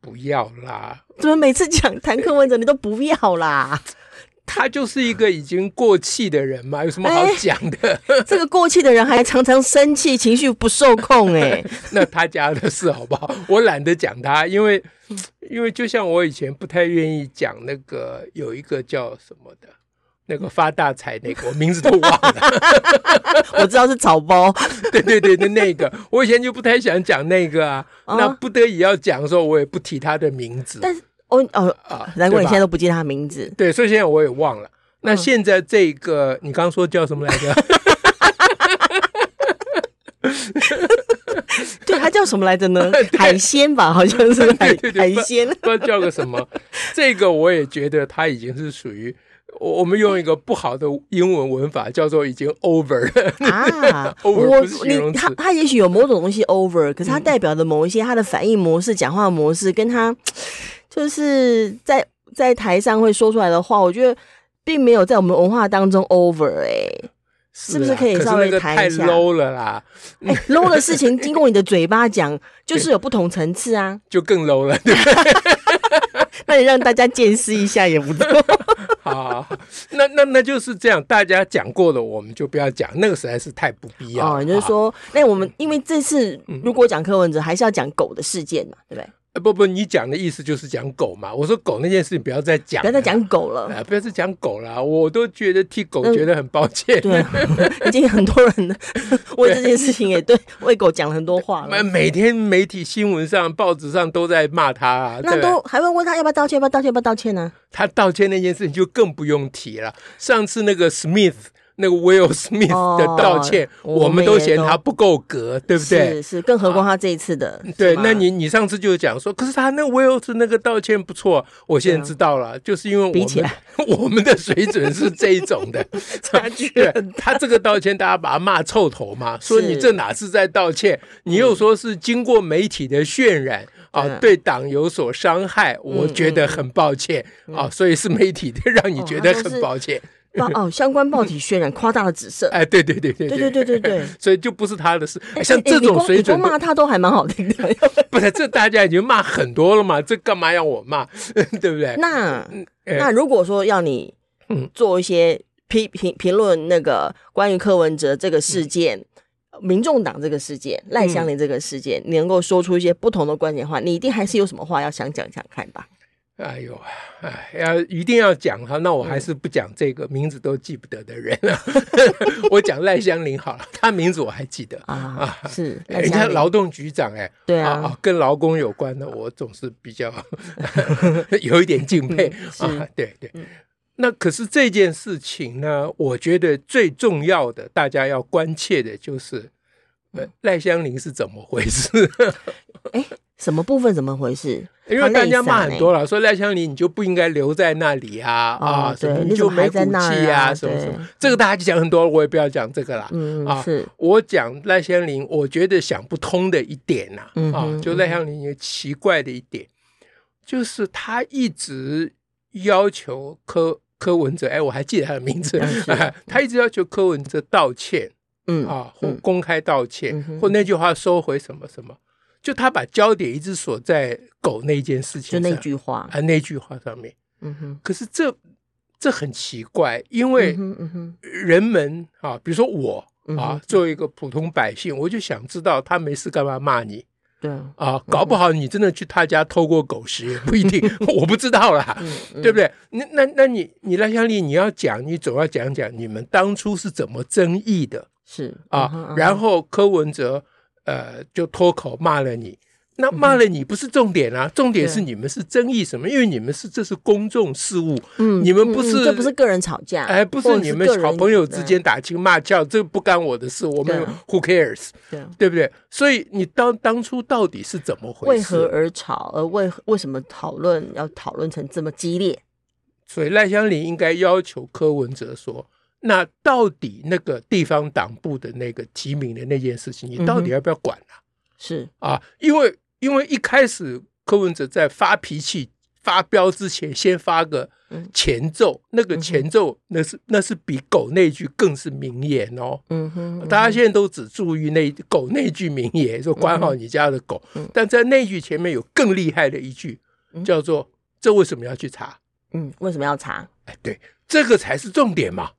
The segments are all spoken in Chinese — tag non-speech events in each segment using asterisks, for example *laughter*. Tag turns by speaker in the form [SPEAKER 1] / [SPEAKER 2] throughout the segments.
[SPEAKER 1] 不要啦，
[SPEAKER 2] 怎么每次讲谈柯文哲你都不要啦？
[SPEAKER 1] 他就是一个已经过气的人嘛，有什么好讲的？
[SPEAKER 2] 这个过气的人还常常生气，情绪不受控、欸，哎
[SPEAKER 1] *laughs* 那他家的事好不好？我懒得讲他，因为因为就像我以前不太愿意讲那个有一个叫什么的。那个发大财那个，我名字都忘了
[SPEAKER 2] 我知道是草包
[SPEAKER 1] *laughs* 对对对，那
[SPEAKER 2] *laughs*
[SPEAKER 1] 那个，我以前就不太想讲那个啊，哦、那不得已要讲的时候，我也不提他的名字。
[SPEAKER 2] 但是哦哦啊， *laughs* 难怪你现在都不记得他名字。
[SPEAKER 1] 对，所以现在我也忘了。那现在这个，嗯、你刚说叫什么来
[SPEAKER 2] *laughs*
[SPEAKER 1] 着？
[SPEAKER 2] 对，它叫什么来着
[SPEAKER 1] *laughs*
[SPEAKER 2] 呢？海鲜吧，好像是海海鲜，
[SPEAKER 1] 不知道叫个什么。这个我也觉得它已经是属于。我我们用一个不好的英文文法叫做已经 over 了
[SPEAKER 2] 啊
[SPEAKER 1] *laughs* ，over 不是形容嗯
[SPEAKER 2] 他他也许有某种东西 over，可是他代表的某一些他的反应模式、讲话模式，跟他就是在在台上会说出来的话，我觉得并没有在我们文化当中 over 哎、欸。*laughs*
[SPEAKER 1] 是
[SPEAKER 2] 不是可以稍微谈一下？
[SPEAKER 1] 太 low 了啦、
[SPEAKER 2] 欸、！low 的事情经过你的嘴巴讲，就是有不同层次
[SPEAKER 1] *laughs*
[SPEAKER 2] 啊，
[SPEAKER 1] 就更 low 了，对不对？
[SPEAKER 2] 那你让大家见识一下也不错
[SPEAKER 1] *laughs* 好，那那那就是这样，大家讲过了，我们就不要讲，那个实在是太不必要。
[SPEAKER 2] 哦，就是说，那我们因为这次
[SPEAKER 1] 嗯
[SPEAKER 2] 如果讲柯文哲，还是要讲狗的事件嘛，对不对？
[SPEAKER 1] 呃、不不，你讲的意思就是讲狗嘛？我说狗那件事情不要再讲，
[SPEAKER 2] 不要再讲狗了，
[SPEAKER 1] 啊、不要再讲狗了，我都觉得替狗觉得很抱
[SPEAKER 2] *laughs*
[SPEAKER 1] 歉。
[SPEAKER 2] 对，啊已经很多人 *laughs* 为这件事情也欸对为狗讲了很多话了。
[SPEAKER 1] 每天媒体新闻上、报纸上都在骂他、啊，
[SPEAKER 2] 那都还会问他要不要道歉，要不要道歉，要不要道歉呢、
[SPEAKER 1] 啊？他道歉那件事情就更不用提了。上次那个 Smith。那个 Will Smith 的道歉，
[SPEAKER 2] 哦、
[SPEAKER 1] 我们都嫌他不够格，对不对？
[SPEAKER 2] 是是，更何况他这一次的。啊、
[SPEAKER 1] 对，那你你上次就讲说，可是他那 Will 是那个道歉不错，我现在知道了，啊、就是因为我们我们的水准是这一种的
[SPEAKER 2] 差距。
[SPEAKER 1] *laughs* 他这个道歉，大家把他骂臭头嘛，说你这哪是在道歉？你又说是经过媒体的渲染。啊，对党有所伤害，我觉得很抱歉、嗯嗯嗯、啊，所以是媒体的让你觉得很抱歉。
[SPEAKER 2] 报哦，相关报体渲染夸大了紫色。
[SPEAKER 1] 哎，对对对对
[SPEAKER 2] 对对对对对，
[SPEAKER 1] 所以就不是他的事。哎、像这种水准，
[SPEAKER 2] 哎哎、骂他都还蛮好听的。
[SPEAKER 1] 不是，这大家已经骂很多了嘛，这干嘛要我骂？ *laughs* 对不对？
[SPEAKER 2] 那
[SPEAKER 1] 嗯哎
[SPEAKER 2] 那如果说要你做一些
[SPEAKER 1] 嗯
[SPEAKER 2] 批评评论那个关于柯文哲这个事件。嗯民众党这个事件，赖香林这个事件，嗯、你能够说出一些不同的观点话，你一定还是有什么话要想讲讲看
[SPEAKER 1] *laughs*
[SPEAKER 2] 吧？
[SPEAKER 1] 哎呦，哎，要一定要讲哈，那我还是不讲这个、嗯、名字都记不得的人 *laughs* 了。我讲赖香林好了，他名字我还记得
[SPEAKER 2] 啊，啊是
[SPEAKER 1] 人家劳动局长哎、欸，
[SPEAKER 2] 对啊，
[SPEAKER 1] 啊，跟劳工有关的，我总是比较 *laughs* 有一点敬佩、嗯、啊，对对。那可是这件事情呢，我觉得最重要的，大家要关切的就是，呃，赖香林是怎么回事？
[SPEAKER 2] 哎什么部分怎么回事？
[SPEAKER 1] *laughs* 因为大家骂很多了，欸、说赖香林你就不应该留在那里啊、哦、啊，什么你就没骨气
[SPEAKER 2] 啊，
[SPEAKER 1] 什么什么，这个大家就讲很多，我也不要讲这个啦。
[SPEAKER 2] 嗯，
[SPEAKER 1] 啊，
[SPEAKER 2] 是
[SPEAKER 1] 我讲赖香林，我觉得想不通的一点呐、啊，嗯、啊，就赖香林一个奇怪的一点，嗯、就是他一直。要求柯柯文哲，哎，我还记得他的名字，啊、他一直要求柯文哲道歉，
[SPEAKER 2] 嗯
[SPEAKER 1] 啊，或公开道歉，嗯、或那句话收回什么什么，就他把焦点一直锁在狗那件事情
[SPEAKER 2] 上，就那句话
[SPEAKER 1] 啊，那句话上面，
[SPEAKER 2] 嗯哼，嗯
[SPEAKER 1] 可是这这很奇怪，因为人们啊，比如说我啊，作为一个普通百姓，我就想知道他没事干嘛骂你。
[SPEAKER 2] 对
[SPEAKER 1] 啊，搞不好你真的去他家偷过狗食也不一 *laughs* 定，我不知道啦，嗯嗯、对不对？那那那你你赖香丽，你要讲，你总要讲讲你们当初是怎么争议的，啊
[SPEAKER 2] 是
[SPEAKER 1] 嗯
[SPEAKER 2] 嗯
[SPEAKER 1] 啊，嗯、然后柯文哲呃就脱口骂了你，那骂了你不是重点啊，重点是你们是争议什么？因为你们是这是公众事务，
[SPEAKER 2] 嗯
[SPEAKER 1] 你们不是
[SPEAKER 2] 嗯嗯这不是个人吵架，
[SPEAKER 1] 哎，不
[SPEAKER 2] 或
[SPEAKER 1] 是
[SPEAKER 2] 者
[SPEAKER 1] 你们
[SPEAKER 2] 个人
[SPEAKER 1] 好朋友之间打情骂俏，这不干我的事，我们
[SPEAKER 2] 对啊
[SPEAKER 1] who cares，
[SPEAKER 2] 对啊
[SPEAKER 1] 对不对？所以你当当初到底是怎么回
[SPEAKER 2] 为何
[SPEAKER 1] 事？
[SPEAKER 2] 而吵，而为为什么讨论要讨论成这么激烈？
[SPEAKER 1] 所以赖香林应该要求柯文哲说。那到底那个地方党部的那个提名的那件事情，你到
[SPEAKER 2] 嗯
[SPEAKER 1] 底
[SPEAKER 2] 哼
[SPEAKER 1] 要不要管啊？
[SPEAKER 2] 是，
[SPEAKER 1] 啊，因为因为一开始柯文哲在发脾气、发飙之前，先发个
[SPEAKER 2] 嗯
[SPEAKER 1] 前奏，那个
[SPEAKER 2] 嗯哼
[SPEAKER 1] 前奏那是那是比狗那句更是名言哦。
[SPEAKER 2] 嗯哼，嗯
[SPEAKER 1] 大家现在都只注意那狗那句名言，说管好你家的狗，
[SPEAKER 2] 嗯
[SPEAKER 1] 但在那句前面有更厉害的一句，
[SPEAKER 2] 嗯
[SPEAKER 1] 叫做“这为什么要去查
[SPEAKER 2] 嗯，为什么要查？”？
[SPEAKER 1] 哎，对，这个才是重点嘛。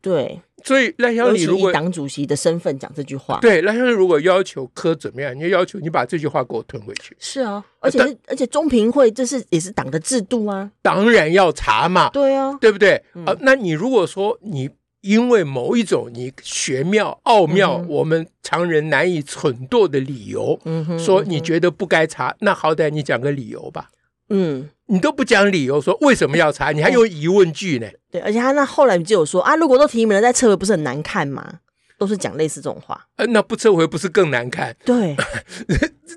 [SPEAKER 2] 对，
[SPEAKER 1] 所以赖香
[SPEAKER 2] 尤
[SPEAKER 1] 林
[SPEAKER 2] 其
[SPEAKER 1] 如果
[SPEAKER 2] 以党主席的身份讲这句话，
[SPEAKER 1] 对赖香林如果要求柯怎么样，你就要求你把这句话给我吞回去，
[SPEAKER 2] 是啊，
[SPEAKER 1] 呃
[SPEAKER 2] 而且是而且中评会这是也是党的制度啊，
[SPEAKER 1] 当然要查嘛。
[SPEAKER 2] 对啊，
[SPEAKER 1] 对不对？啊、
[SPEAKER 2] 嗯
[SPEAKER 1] 那你如果说你因为某一种你玄妙奥妙，
[SPEAKER 2] 嗯哼
[SPEAKER 1] 我们常人难以忖度的理由，
[SPEAKER 2] 嗯哼，
[SPEAKER 1] 说你觉得不该查，那好歹你讲个理由吧。
[SPEAKER 2] 嗯。
[SPEAKER 1] 你都不讲理由，说为什么要查，你还用疑问句呢？
[SPEAKER 2] 对，而且他那后来就有说啊，如果都提名了，再撤回不是很难看吗？都是讲类似这种话。
[SPEAKER 1] 呃，那不撤回不是更难看？ *laughs*
[SPEAKER 2] 对，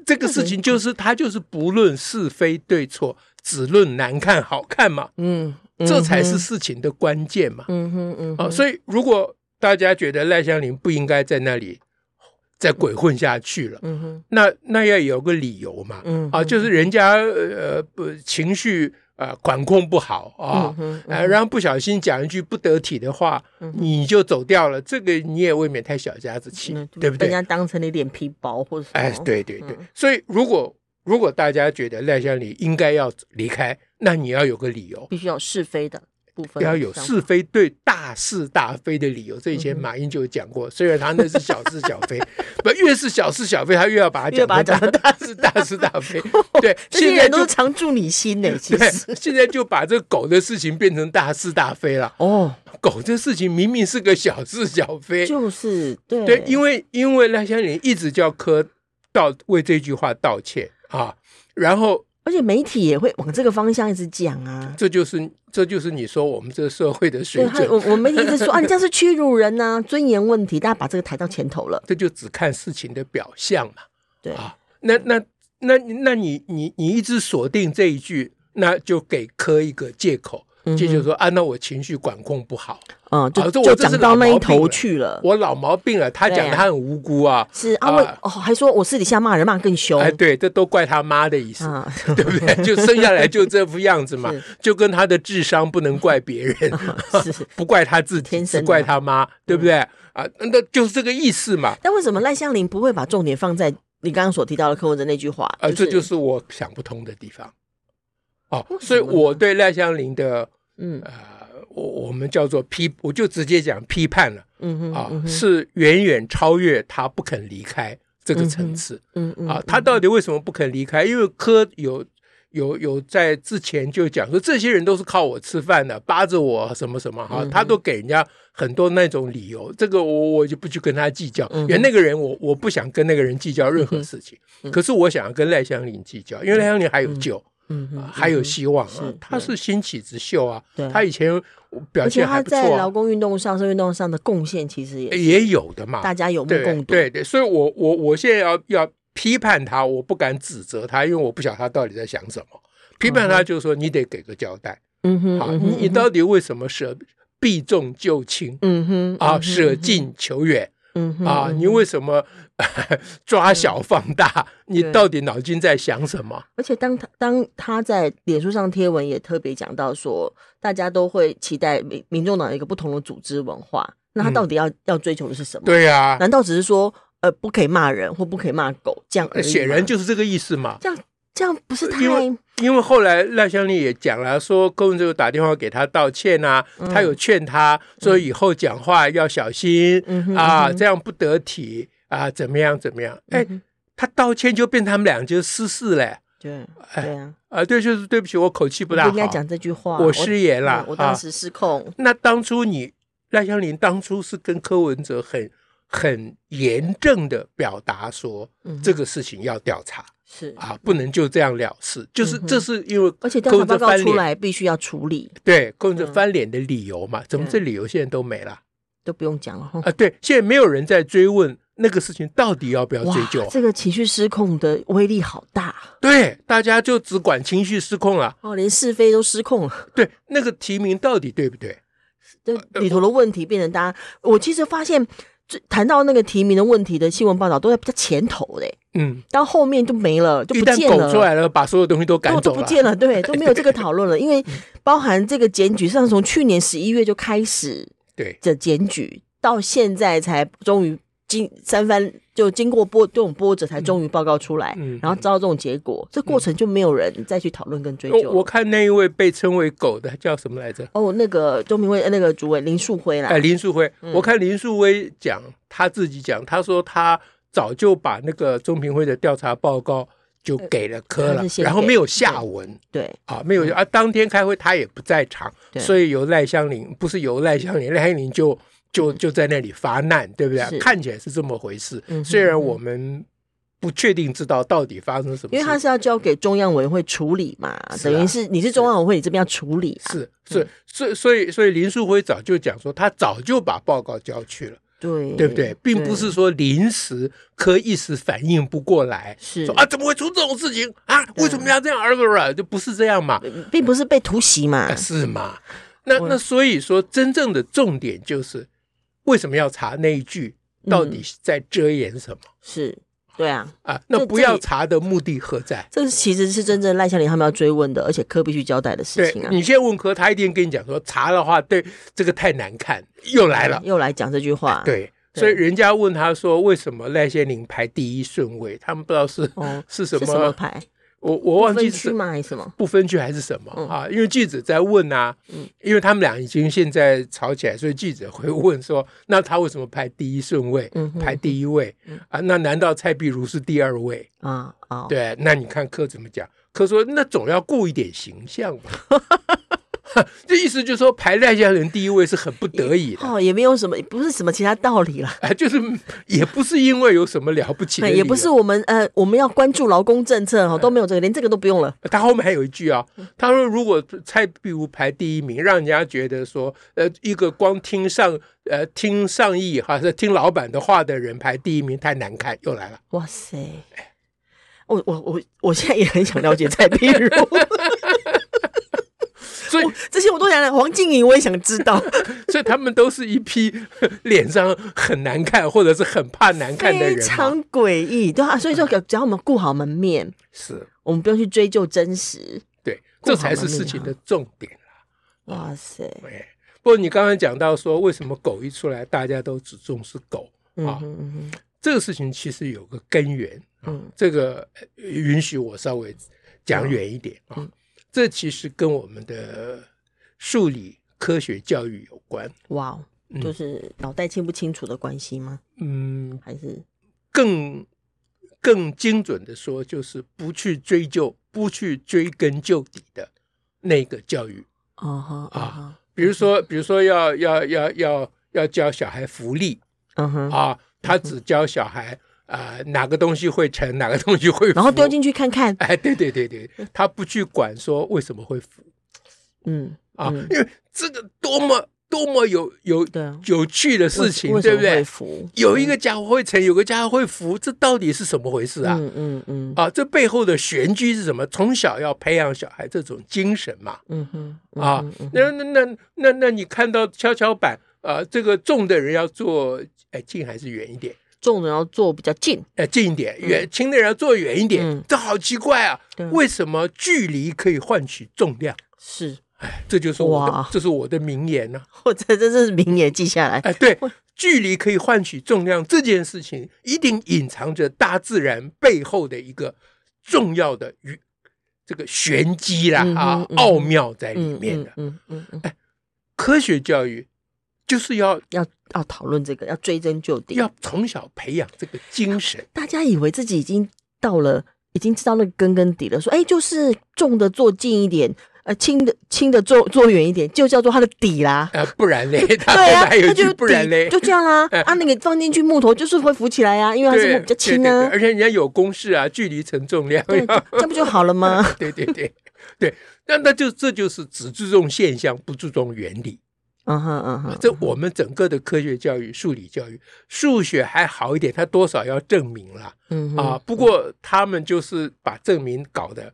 [SPEAKER 1] 这个事情就是他就是不论是非对错，只论难看好看嘛，
[SPEAKER 2] 嗯，
[SPEAKER 1] 这才
[SPEAKER 2] 嗯
[SPEAKER 1] 是
[SPEAKER 2] 哼
[SPEAKER 1] 事情的关键嘛。
[SPEAKER 2] 嗯哼嗯
[SPEAKER 1] 啊，
[SPEAKER 2] 哼，
[SPEAKER 1] 所以如果大家觉得赖香林不应该在那里再鬼混下去了，
[SPEAKER 2] 嗯哼
[SPEAKER 1] 那那要有个理由嘛，
[SPEAKER 2] 嗯
[SPEAKER 1] 啊，就是人家呃不情绪呃管控不好啊
[SPEAKER 2] 嗯，哼
[SPEAKER 1] 呃，然后不小心讲一句不得体的话，
[SPEAKER 2] 嗯哼
[SPEAKER 1] 你就走掉了，这个你也未免太小家子气
[SPEAKER 2] 嗯，
[SPEAKER 1] 对不
[SPEAKER 2] 被人
[SPEAKER 1] 对？
[SPEAKER 2] 家当成你脸皮薄或者什么，
[SPEAKER 1] 哎，，对对对
[SPEAKER 2] 嗯，
[SPEAKER 1] 所以如果如果大家觉得赖香林应该要离开，那你要有个理由。
[SPEAKER 2] 必须要有是非的部分，
[SPEAKER 1] 要有是非对大是大非的理由，这以
[SPEAKER 2] 嗯
[SPEAKER 1] 前马英九讲过。虽然他那是小是小
[SPEAKER 2] *laughs*
[SPEAKER 1] 非，不越是小是小非，他越要把它
[SPEAKER 2] 越把它
[SPEAKER 1] 讲
[SPEAKER 2] 讲
[SPEAKER 1] 成
[SPEAKER 2] 成
[SPEAKER 1] 大是大是大非。对，
[SPEAKER 2] *laughs* 这
[SPEAKER 1] 现
[SPEAKER 2] 些
[SPEAKER 1] 在
[SPEAKER 2] 人都
[SPEAKER 1] 就是
[SPEAKER 2] 常驻你心呢，其
[SPEAKER 1] 对
[SPEAKER 2] 实，
[SPEAKER 1] 现在就把这狗的事情变成大是大非了。
[SPEAKER 2] 哦，
[SPEAKER 1] 狗这事情明明是个小是小非，
[SPEAKER 2] 就是对
[SPEAKER 1] 对，因为因为赖香林一直叫柯道为这句话道歉啊，然后
[SPEAKER 2] 而且媒体也会往这个方向一直讲啊。
[SPEAKER 1] 这就是这就是你说我们这个社会的水
[SPEAKER 2] 对，他
[SPEAKER 1] 准，
[SPEAKER 2] 我我们一直说啊，你这样是屈辱人呐、
[SPEAKER 1] *laughs*
[SPEAKER 2] 尊严问题，大家把这个抬到前头了。
[SPEAKER 1] 这就只看事情的表象嘛。
[SPEAKER 2] 对，
[SPEAKER 1] 啊，那那那那你你你一直锁定这一句，那就给柯一个借口，
[SPEAKER 2] 嗯哼
[SPEAKER 1] 这就是说啊，那我情绪管控不好，
[SPEAKER 2] 嗯，就、
[SPEAKER 1] 啊这我
[SPEAKER 2] 就
[SPEAKER 1] 这是
[SPEAKER 2] 讲到那
[SPEAKER 1] 老毛
[SPEAKER 2] 一
[SPEAKER 1] 病了
[SPEAKER 2] 头去了。
[SPEAKER 1] 我老毛病了，他
[SPEAKER 2] 对啊
[SPEAKER 1] 讲他很无辜啊，
[SPEAKER 2] 是啊，
[SPEAKER 1] 啊
[SPEAKER 2] 我哦还说我私底下骂人骂更凶
[SPEAKER 1] 哎，对，这都怪他妈的意思，
[SPEAKER 2] 啊， *laughs*
[SPEAKER 1] *laughs* 对不对？就生下来就这副样子嘛
[SPEAKER 2] 是，
[SPEAKER 1] 就跟他的智商不能怪别
[SPEAKER 2] *laughs*
[SPEAKER 1] 人，
[SPEAKER 2] 是。
[SPEAKER 1] 不怪他自己，
[SPEAKER 2] 天
[SPEAKER 1] 只
[SPEAKER 2] 生的嗯
[SPEAKER 1] 怪他妈，对不对？啊，那就是这个意思嘛。
[SPEAKER 2] 但为什么赖香林不会把重点放在你刚刚所提到的柯文哲那句话？
[SPEAKER 1] 啊，这就是是我想不通的地方。哦，
[SPEAKER 2] 为什
[SPEAKER 1] 所以
[SPEAKER 2] 么
[SPEAKER 1] 我
[SPEAKER 2] 呢
[SPEAKER 1] 对赖香林的
[SPEAKER 2] 嗯
[SPEAKER 1] 呃，我我们叫做批，我就直接讲批判了
[SPEAKER 2] 嗯哼
[SPEAKER 1] 啊，
[SPEAKER 2] 嗯哼
[SPEAKER 1] 是远远超越他不肯离开这个层次、
[SPEAKER 2] 嗯嗯
[SPEAKER 1] 啊。他到底为什么不肯离开？因为科有有有在之前就讲说，这些人都是靠我吃饭的，扒着我什么什么哈、
[SPEAKER 2] 嗯哼
[SPEAKER 1] 他都给人家很多那种理由。这个我我就不去跟他计较，
[SPEAKER 2] 嗯哼
[SPEAKER 1] 因为那个人我我不想跟那个人计较任何事情，
[SPEAKER 2] 嗯
[SPEAKER 1] 可是我想要跟赖香林计较，因为赖香林还有
[SPEAKER 2] 嗯
[SPEAKER 1] 救。
[SPEAKER 2] 嗯哼
[SPEAKER 1] 啊，还有
[SPEAKER 2] 嗯哼
[SPEAKER 1] 希望啊
[SPEAKER 2] 是！
[SPEAKER 1] 他是新起之秀啊
[SPEAKER 2] 对，
[SPEAKER 1] 他以前表
[SPEAKER 2] 而且
[SPEAKER 1] 现还
[SPEAKER 2] 他
[SPEAKER 1] 不
[SPEAKER 2] 在
[SPEAKER 1] 错
[SPEAKER 2] 劳
[SPEAKER 1] 啊，
[SPEAKER 2] 工运动上、社会运动上的贡献，其实也
[SPEAKER 1] 也有的嘛。
[SPEAKER 2] 大家有目
[SPEAKER 1] 对
[SPEAKER 2] 共睹。
[SPEAKER 1] 对对，所以我我我现在要要批判他，我不敢指责他，因为我不晓得他到底在想什么。批判他就是说，你得给个交代
[SPEAKER 2] 嗯哼，
[SPEAKER 1] 啊，
[SPEAKER 2] 嗯
[SPEAKER 1] 你
[SPEAKER 2] 哼
[SPEAKER 1] 你到底为什么舍避重就轻
[SPEAKER 2] 嗯哼
[SPEAKER 1] 啊，舍近求远
[SPEAKER 2] 嗯哼
[SPEAKER 1] 啊？
[SPEAKER 2] 嗯
[SPEAKER 1] 你为什么 *laughs* 抓小放大？你
[SPEAKER 2] 对
[SPEAKER 1] 到底脑筋在想什么？
[SPEAKER 2] 而且当他当他在脸书上贴文也特别讲到说，大家都会期待民民众党有一个不同的组织文化，那他
[SPEAKER 1] 嗯
[SPEAKER 2] 到底要、要追求的是什么？
[SPEAKER 1] 对啊呀，
[SPEAKER 2] 难道只是说呃不可以骂人或不可以骂狗这样而已吗？
[SPEAKER 1] 呃显然就是这个意思嘛。
[SPEAKER 2] 这样，这样不是太
[SPEAKER 1] 因为因为后来赖香林也讲了，说柯文哲有打电话给他道歉啊，
[SPEAKER 2] 嗯
[SPEAKER 1] 他有劝他说以后讲话要小心、
[SPEAKER 2] 嗯哼嗯
[SPEAKER 1] 啊，
[SPEAKER 2] 哼
[SPEAKER 1] 这样不得体啊，怎么样怎么样？
[SPEAKER 2] 嗯
[SPEAKER 1] 哎，他道歉就变他们俩就失势嘞。
[SPEAKER 2] 对
[SPEAKER 1] 哎
[SPEAKER 2] 对啊，
[SPEAKER 1] 啊，对，就是对不起，我口气不
[SPEAKER 2] 不
[SPEAKER 1] 大好，
[SPEAKER 2] 应该讲这句话，
[SPEAKER 1] 我失言
[SPEAKER 2] 嗯
[SPEAKER 1] 了
[SPEAKER 2] 我
[SPEAKER 1] 啊
[SPEAKER 2] 当时失控，
[SPEAKER 1] 那当初你赖香林当初是跟柯文哲很很严正的表达说、
[SPEAKER 2] 嗯哼
[SPEAKER 1] 这个事情要调查，
[SPEAKER 2] 是，
[SPEAKER 1] 啊，不能就这样了事，就是
[SPEAKER 2] 嗯
[SPEAKER 1] 这是因为
[SPEAKER 2] 而且调查
[SPEAKER 1] 勾
[SPEAKER 2] 报
[SPEAKER 1] 着
[SPEAKER 2] 告
[SPEAKER 1] 翻
[SPEAKER 2] 出
[SPEAKER 1] 脸，
[SPEAKER 2] 来必须要处理，
[SPEAKER 1] 对，勾着
[SPEAKER 2] 嗯
[SPEAKER 1] 翻脸的理由嘛，怎么
[SPEAKER 2] 对
[SPEAKER 1] 这理由现在都没了
[SPEAKER 2] 都不用讲了哈。
[SPEAKER 1] 啊？对，现在没有人在追问那个事情到底要不要
[SPEAKER 2] 哇
[SPEAKER 1] 追究，，啊
[SPEAKER 2] 这个情绪失控的威力好大
[SPEAKER 1] 对，大家就只管情绪失控了，
[SPEAKER 2] 哦，连是非都失控了。
[SPEAKER 1] 对，那个提名到底对不对？
[SPEAKER 2] *laughs* 这里头的问题变成大家，我其实发现，最谈到那个提名的问题的新闻报道都在比较前头嘞，
[SPEAKER 1] 嗯，
[SPEAKER 2] 到后面就没了，就
[SPEAKER 1] 一
[SPEAKER 2] 不
[SPEAKER 1] 旦
[SPEAKER 2] 见
[SPEAKER 1] 拱出
[SPEAKER 2] 了。
[SPEAKER 1] 来啊了，把所有东西都赶
[SPEAKER 2] 都都
[SPEAKER 1] 走
[SPEAKER 2] 不
[SPEAKER 1] 了，
[SPEAKER 2] 见了，对，都没有这个讨论了，因
[SPEAKER 1] *laughs*
[SPEAKER 2] 为包含这个检举，上从去年十一月就开始
[SPEAKER 1] 对，
[SPEAKER 2] 的检举，到现在才终于经三番就经过波这种波折，才终于报告出来，
[SPEAKER 1] 嗯嗯
[SPEAKER 2] 然后知道这种结果，这过程就没有人再去讨论跟追
[SPEAKER 1] 我
[SPEAKER 2] 究
[SPEAKER 1] 我
[SPEAKER 2] 了。
[SPEAKER 1] 看那一位被称为狗的叫什么来着？
[SPEAKER 2] 哦，那个周明威那个主委林树辉啦
[SPEAKER 1] 哎，，林树辉，
[SPEAKER 2] 嗯
[SPEAKER 1] 我看林树辉讲他自己讲，他说他早就把那个中评会的调查报告就给了科
[SPEAKER 2] 呃他
[SPEAKER 1] 了
[SPEAKER 2] 是，先
[SPEAKER 1] 然后
[SPEAKER 2] 给
[SPEAKER 1] 没有下文
[SPEAKER 2] 对，
[SPEAKER 1] 啊，没有啊。当天开会他也不在场，
[SPEAKER 2] 嗯对
[SPEAKER 1] 所以由赖香林不是由赖香林，赖香林就就就在那里发难，对不
[SPEAKER 2] 嗯是
[SPEAKER 1] 对？看起来是这么回事
[SPEAKER 2] 嗯哼，
[SPEAKER 1] 虽然我们不确定知道到底发生什么事，
[SPEAKER 2] 因为他是要交给中央委员会处理嘛，
[SPEAKER 1] 是啊
[SPEAKER 2] 等于是你是中央委员会，你这边要处理啊，
[SPEAKER 1] 是是，所以所以所以林树辉早就讲说，他早就把报告交去了。
[SPEAKER 2] 对
[SPEAKER 1] 对不对？并不是说临时科一时反应不过来，
[SPEAKER 2] 是
[SPEAKER 1] 说啊怎么会出这种事情啊？
[SPEAKER 2] 对
[SPEAKER 1] 为什么要这样？啊啊就不是这样嘛，
[SPEAKER 2] 并不是被突袭嘛 *laughs*
[SPEAKER 1] 啊，是嘛？那
[SPEAKER 2] 我
[SPEAKER 1] 那所以说，真正的重点就是为什么要查那一句到
[SPEAKER 2] 嗯
[SPEAKER 1] 底在遮掩什么、
[SPEAKER 2] 是，对啊，
[SPEAKER 1] 啊？那
[SPEAKER 2] 这
[SPEAKER 1] 不要
[SPEAKER 2] 这
[SPEAKER 1] 查的目的何在？
[SPEAKER 2] 这其实是真正赖香林他们要追问的，而且科必须交代的事
[SPEAKER 1] 对
[SPEAKER 2] 情啊。
[SPEAKER 1] 你现在问科，他一定跟你讲说查的话，对这个太难看，又来了。
[SPEAKER 2] 又来讲这句话，，
[SPEAKER 1] 对，
[SPEAKER 2] 哎对
[SPEAKER 1] 所以人家问他说为什么赖先林排第一顺位，他们不知道是、
[SPEAKER 2] 哦
[SPEAKER 1] *laughs* 是什
[SPEAKER 2] 是
[SPEAKER 1] 么
[SPEAKER 2] 什么牌？
[SPEAKER 1] 我我忘记
[SPEAKER 2] 分区
[SPEAKER 1] 是
[SPEAKER 2] 吗？还是什么？
[SPEAKER 1] 不分区还是什么、
[SPEAKER 2] 嗯
[SPEAKER 1] 啊？因为记者在问啊，因为他们俩已经现在吵起来，所以记者会问说，那他为什么排第一顺位，
[SPEAKER 2] 嗯哼
[SPEAKER 1] 排第一位、啊？那难道蔡碧如是第二位？
[SPEAKER 2] 啊哦，
[SPEAKER 1] 对，那你看柯怎么讲？柯说那总要顾一点形象吧。
[SPEAKER 2] *laughs*
[SPEAKER 1] 这意思就是说，排赖家人第一位是很不得已的，
[SPEAKER 2] 哦，也没有什么，不是什么其他道理啦。
[SPEAKER 1] 啊，就是也不是因为有什么了不起的
[SPEAKER 2] 哎
[SPEAKER 1] 理由，嗯
[SPEAKER 2] 也不是我们呃，我们要关注劳工政策哦，都没有这个，连这个都不用了。
[SPEAKER 1] 他后面还有一句啊，
[SPEAKER 2] 嗯
[SPEAKER 1] 他说如果蔡壁如排第一名，让人家觉得说，呃，一个光听上呃听上意哈，是听老板的话的人排第一名太难看，又来了。
[SPEAKER 2] 哇塞！我我我我现在也很想了解蔡碧如， *laughs*
[SPEAKER 1] 所以
[SPEAKER 2] 我这些我都想了。黄静莹我也想知道，
[SPEAKER 1] 所以他们都是一批呵脸上很难看或者是很怕难看的
[SPEAKER 2] 非
[SPEAKER 1] 人啊嘛。
[SPEAKER 2] 常诡异，对啊。所以说，只要我们顾好门面，
[SPEAKER 1] 是，
[SPEAKER 2] 我们不用去追究真实。
[SPEAKER 1] 对，
[SPEAKER 2] 顾好
[SPEAKER 1] 这才是
[SPEAKER 2] 门面
[SPEAKER 1] 事情
[SPEAKER 2] 啊
[SPEAKER 1] 的重点。
[SPEAKER 2] 哇塞！
[SPEAKER 1] 哎，不过你刚刚讲到说，为什么狗一出来，大家都只重视狗
[SPEAKER 2] 嗯
[SPEAKER 1] 啊？
[SPEAKER 2] 哼嗯
[SPEAKER 1] 这个事情其实有个根源啊
[SPEAKER 2] 嗯，
[SPEAKER 1] 这个呃允许我稍微讲远一点啊
[SPEAKER 2] 嗯，
[SPEAKER 1] 这其实跟我们的数理科学教育有关。
[SPEAKER 2] 哼，哇哦，
[SPEAKER 1] 嗯
[SPEAKER 2] 就是脑袋清不清楚的关系吗？
[SPEAKER 1] 嗯，
[SPEAKER 2] 还是
[SPEAKER 1] 更更精准的说，就是不去追究、不去追根究底的那个教育。
[SPEAKER 2] 哦哈啊
[SPEAKER 1] 比如说，比如说要要要要要教小孩福利
[SPEAKER 2] 哈嗯哼，
[SPEAKER 1] 啊，他只教小孩啊、呃哪个东西会沉，哪个东西 *laughs* 会浮，
[SPEAKER 2] 然后丢进去看看，
[SPEAKER 1] 哎，对对对对，他不去管说为什么会浮
[SPEAKER 2] 嗯
[SPEAKER 1] 啊，
[SPEAKER 2] 嗯
[SPEAKER 1] 因为这个多么多么有有
[SPEAKER 2] 对啊
[SPEAKER 1] 有趣的
[SPEAKER 2] 为
[SPEAKER 1] 事情，
[SPEAKER 2] 为
[SPEAKER 1] 对
[SPEAKER 2] 什
[SPEAKER 1] 不
[SPEAKER 2] 么会
[SPEAKER 1] 对？
[SPEAKER 2] 服
[SPEAKER 1] 有一个家伙会沉，有个家伙会浮，这到底是怎么回事啊？
[SPEAKER 2] 嗯嗯嗯
[SPEAKER 1] 啊，这背后的玄机是什么？从小要培养小孩这种精神嘛。
[SPEAKER 2] 嗯哼嗯
[SPEAKER 1] 啊
[SPEAKER 2] 哼嗯哼
[SPEAKER 1] 那那那那那你看到跷跷板啊、呃这个重的人要坐哎近还是远一点？
[SPEAKER 2] 重人要坐比较近，
[SPEAKER 1] 呃，近一点，远轻的人要坐远一点，
[SPEAKER 2] 嗯
[SPEAKER 1] 这好奇怪啊
[SPEAKER 2] 对！
[SPEAKER 1] 为什么距离可以换取重量？
[SPEAKER 2] 是 *laughs*
[SPEAKER 1] 这就是我的
[SPEAKER 2] 哇，
[SPEAKER 1] 这是我的名言啊呢、
[SPEAKER 2] 或者这是名言记下来，
[SPEAKER 1] 哎，对，距离可以换取重量这件事情，一定隐藏着大自然背后的一个重要的与这个玄机啦
[SPEAKER 2] 嗯哼
[SPEAKER 1] 啊
[SPEAKER 2] 嗯哼
[SPEAKER 1] 奥妙在里
[SPEAKER 2] 嗯
[SPEAKER 1] 面啊哎
[SPEAKER 2] 嗯
[SPEAKER 1] 的。
[SPEAKER 2] 嗯嗯嗯，
[SPEAKER 1] 科学教育就是要
[SPEAKER 2] 要要讨论这个，要追根究底。
[SPEAKER 1] 要从小培养这个精神，
[SPEAKER 2] 大家以为自己已经到了，已经知道那个根跟底了，说哎，就是重的坐近一点，呃亲的亲的坐坐远一点，就叫做它的底
[SPEAKER 1] *laughs*
[SPEAKER 2] 啦。
[SPEAKER 1] 呃，不然嘞，他
[SPEAKER 2] 对啊，
[SPEAKER 1] 还有
[SPEAKER 2] 它
[SPEAKER 1] 一
[SPEAKER 2] 就
[SPEAKER 1] 句
[SPEAKER 2] 是
[SPEAKER 1] 不然嘞
[SPEAKER 2] 底，就这样
[SPEAKER 1] *laughs*
[SPEAKER 2] 啦、啊。那个放进去木头就是会浮起来啊呀、因为它是
[SPEAKER 1] 对
[SPEAKER 2] 木比较轻
[SPEAKER 1] 对对
[SPEAKER 2] 啊
[SPEAKER 1] 对。而且人家有公式啊，距离乘重 *laughs* 量。
[SPEAKER 2] 对，这不就好了吗？ *laughs*
[SPEAKER 1] 对对对对，那那就这就是只注重现象，不注重原理。
[SPEAKER 2] 嗯哼嗯哼，
[SPEAKER 1] *laughs* 这我们整个的科学教育、数理教育，数学还好一点，它多少要证明啦。
[SPEAKER 2] 嗯哼
[SPEAKER 1] 啊。不过他们就是把证明搞得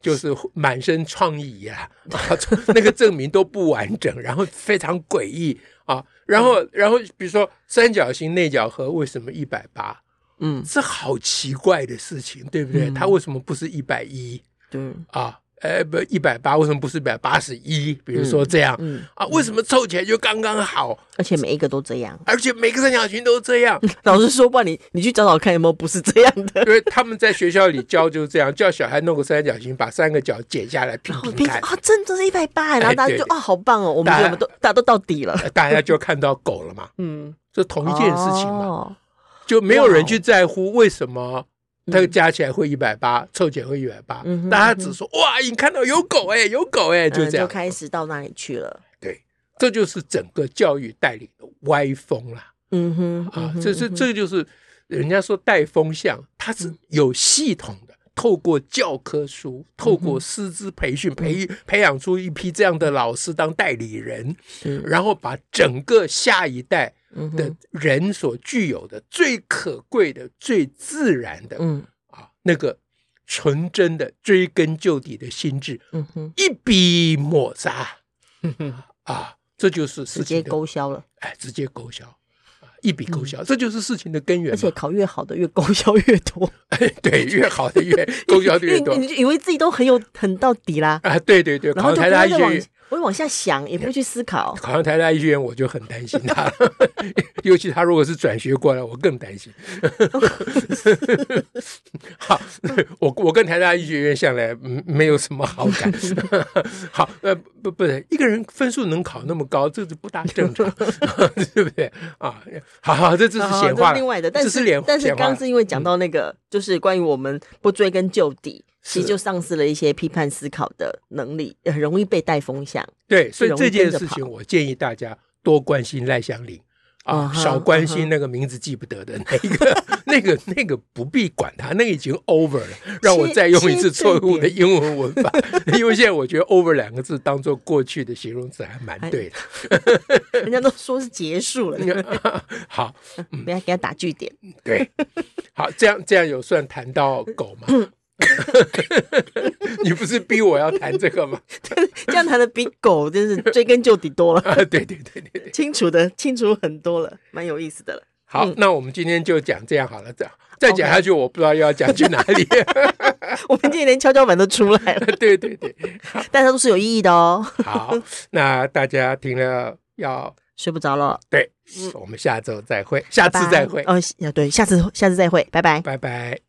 [SPEAKER 1] 就是满身创意呀、啊， *laughs* 那个证明都不完整，然后非常诡异啊。然
[SPEAKER 2] 嗯
[SPEAKER 1] 后，然后比如说三角形内角和为什么一百八？
[SPEAKER 2] 嗯，
[SPEAKER 1] 这好奇怪的事情，对不对？
[SPEAKER 2] 嗯
[SPEAKER 1] 它为什么不是一百一
[SPEAKER 2] 对，
[SPEAKER 1] 啊？呃，不，一百八为什么不是一百八十一？比如说这样、 *laughs*
[SPEAKER 2] 嗯，
[SPEAKER 1] 啊，为什么凑起来就刚刚好？
[SPEAKER 2] 而且每一个都这样。 *laughs*
[SPEAKER 1] 而且每个三角形都这样，
[SPEAKER 2] 老师说，不然你你去找找看有没有不是这样
[SPEAKER 1] *laughs*
[SPEAKER 2] 的。
[SPEAKER 1] 因为他们在学校里教就是这样，叫小孩弄个三角形，把三个角剪下来拼
[SPEAKER 2] 好
[SPEAKER 1] 拼
[SPEAKER 2] 平
[SPEAKER 1] 看，
[SPEAKER 2] 啊，真的是一百八，然后
[SPEAKER 1] 哎
[SPEAKER 2] 大家
[SPEAKER 1] 对
[SPEAKER 2] 就
[SPEAKER 1] 对
[SPEAKER 2] 啊，好棒哦，我们
[SPEAKER 1] 大家
[SPEAKER 2] 我们都大家都到底
[SPEAKER 1] *laughs*
[SPEAKER 2] 了。
[SPEAKER 1] 呃大家就看到狗
[SPEAKER 2] *laughs*
[SPEAKER 1] 了嘛，
[SPEAKER 2] 嗯，
[SPEAKER 1] 这同一件事情嘛，
[SPEAKER 2] 哦
[SPEAKER 1] 就没有人去在乎为什么。它加起来会一百八，凑起来会一百八
[SPEAKER 2] 嗯嗯哼，
[SPEAKER 1] 大家只说哇，你看到有狗哎、有狗哎、就
[SPEAKER 2] 嗯
[SPEAKER 1] 这
[SPEAKER 2] 就。
[SPEAKER 1] 样
[SPEAKER 2] 开始到那里去了。
[SPEAKER 1] 对，这就是整个教育带领的歪风啦。
[SPEAKER 2] 嗯哼，嗯哼
[SPEAKER 1] 啊，
[SPEAKER 2] 嗯
[SPEAKER 1] 这这这就是人家说带风向，它是有系统的，透过教科书，
[SPEAKER 2] 嗯
[SPEAKER 1] 透过师资培训，培育培养出一批这样的老师当代理人，
[SPEAKER 2] 是
[SPEAKER 1] 然后把整个下一代
[SPEAKER 2] 嗯哼
[SPEAKER 1] 的人所具有的最可贵的、最自然的
[SPEAKER 2] 嗯
[SPEAKER 1] 啊那个纯真的追根究底的心智
[SPEAKER 2] 嗯哼，
[SPEAKER 1] 一笔抹杀。啊，这就是
[SPEAKER 2] 嗯直
[SPEAKER 1] 事
[SPEAKER 2] 接
[SPEAKER 1] 情的
[SPEAKER 2] 勾销了，
[SPEAKER 1] 哎，直接勾销，啊一笔勾销，这就是事情的根源
[SPEAKER 2] 而
[SPEAKER 1] 嘛。
[SPEAKER 2] 且考越好的越勾销越多，
[SPEAKER 1] *laughs* 对，越好的
[SPEAKER 2] *laughs*
[SPEAKER 1] 越勾销的越多
[SPEAKER 2] 因为你就以为自己都很有很到底
[SPEAKER 1] *laughs*
[SPEAKER 2] 啦，
[SPEAKER 1] 啊！对对对，
[SPEAKER 2] 然
[SPEAKER 1] 考
[SPEAKER 2] 后
[SPEAKER 1] 上
[SPEAKER 2] 就
[SPEAKER 1] 台
[SPEAKER 2] 不
[SPEAKER 1] 大
[SPEAKER 2] 会
[SPEAKER 1] 医
[SPEAKER 2] 再
[SPEAKER 1] 学
[SPEAKER 2] 往
[SPEAKER 1] 院，
[SPEAKER 2] 不会往下想，也不会去思考。
[SPEAKER 1] 考上台大医学院，我就很担心他了。 *laughs* 尤其他如果是转学过来，我更担
[SPEAKER 2] *laughs*
[SPEAKER 1] 心。好，我我跟台大医学院向来嗯没有什么好
[SPEAKER 2] *laughs*
[SPEAKER 1] 感。好，呃，不不是一个人分数能考那么高，这是不大正常， *laughs* 对不对啊？好好，这只是
[SPEAKER 2] 好
[SPEAKER 1] 闲
[SPEAKER 2] 这
[SPEAKER 1] 话
[SPEAKER 2] 是
[SPEAKER 1] 了，
[SPEAKER 2] 另外的，但
[SPEAKER 1] 这是脸，
[SPEAKER 2] 但是
[SPEAKER 1] 闲话嗯
[SPEAKER 2] 刚
[SPEAKER 1] 了
[SPEAKER 2] 是因为讲到那个，就是关于我们不追根究底，其实
[SPEAKER 1] 是
[SPEAKER 2] 就丧失了一些批判思考的能力，很容易被带风向。
[SPEAKER 1] 对，所以
[SPEAKER 2] 容易
[SPEAKER 1] 这件
[SPEAKER 2] 跟着
[SPEAKER 1] 事情，
[SPEAKER 2] 跑
[SPEAKER 1] 我建议大家多关心赖香林
[SPEAKER 2] 嗯
[SPEAKER 1] 啊，
[SPEAKER 2] 哼
[SPEAKER 1] 少关心那个名字记不得的那一个、 *laughs* 那个、那个，不必管他，那个已经 over 了。让我再用一次错误的英文文法，因为现在我觉得 over 两个字当做过去的形容词还蛮对的。 *laughs*
[SPEAKER 2] 人家都说是结束了，
[SPEAKER 1] 好，
[SPEAKER 2] 不要给他打句点。
[SPEAKER 1] 对，好，这样这样有算谈到狗 *coughs* 吗？ *laughs* 你不是逼我要谈这个吗？ *laughs*
[SPEAKER 2] 这样谈的比狗真是追根究底多了，
[SPEAKER 1] 啊，对对对对对。
[SPEAKER 2] 清楚的清楚很多了，蛮有意思的了。
[SPEAKER 1] 好，那我们今天就讲这样好了，这样再讲下去，我不知道又要讲去哪里。
[SPEAKER 2] 我们今天连跷跷板都出来了，
[SPEAKER 1] *laughs* 对对对，
[SPEAKER 2] 但它都是有意义的哦。 *laughs*
[SPEAKER 1] 好，那大家听了要
[SPEAKER 2] 睡不着了，
[SPEAKER 1] 对，我们下周再会，下次
[SPEAKER 2] 嗯拜拜哦
[SPEAKER 1] 再会，
[SPEAKER 2] 哦，下对，下次下次再会，拜拜。
[SPEAKER 1] 拜拜。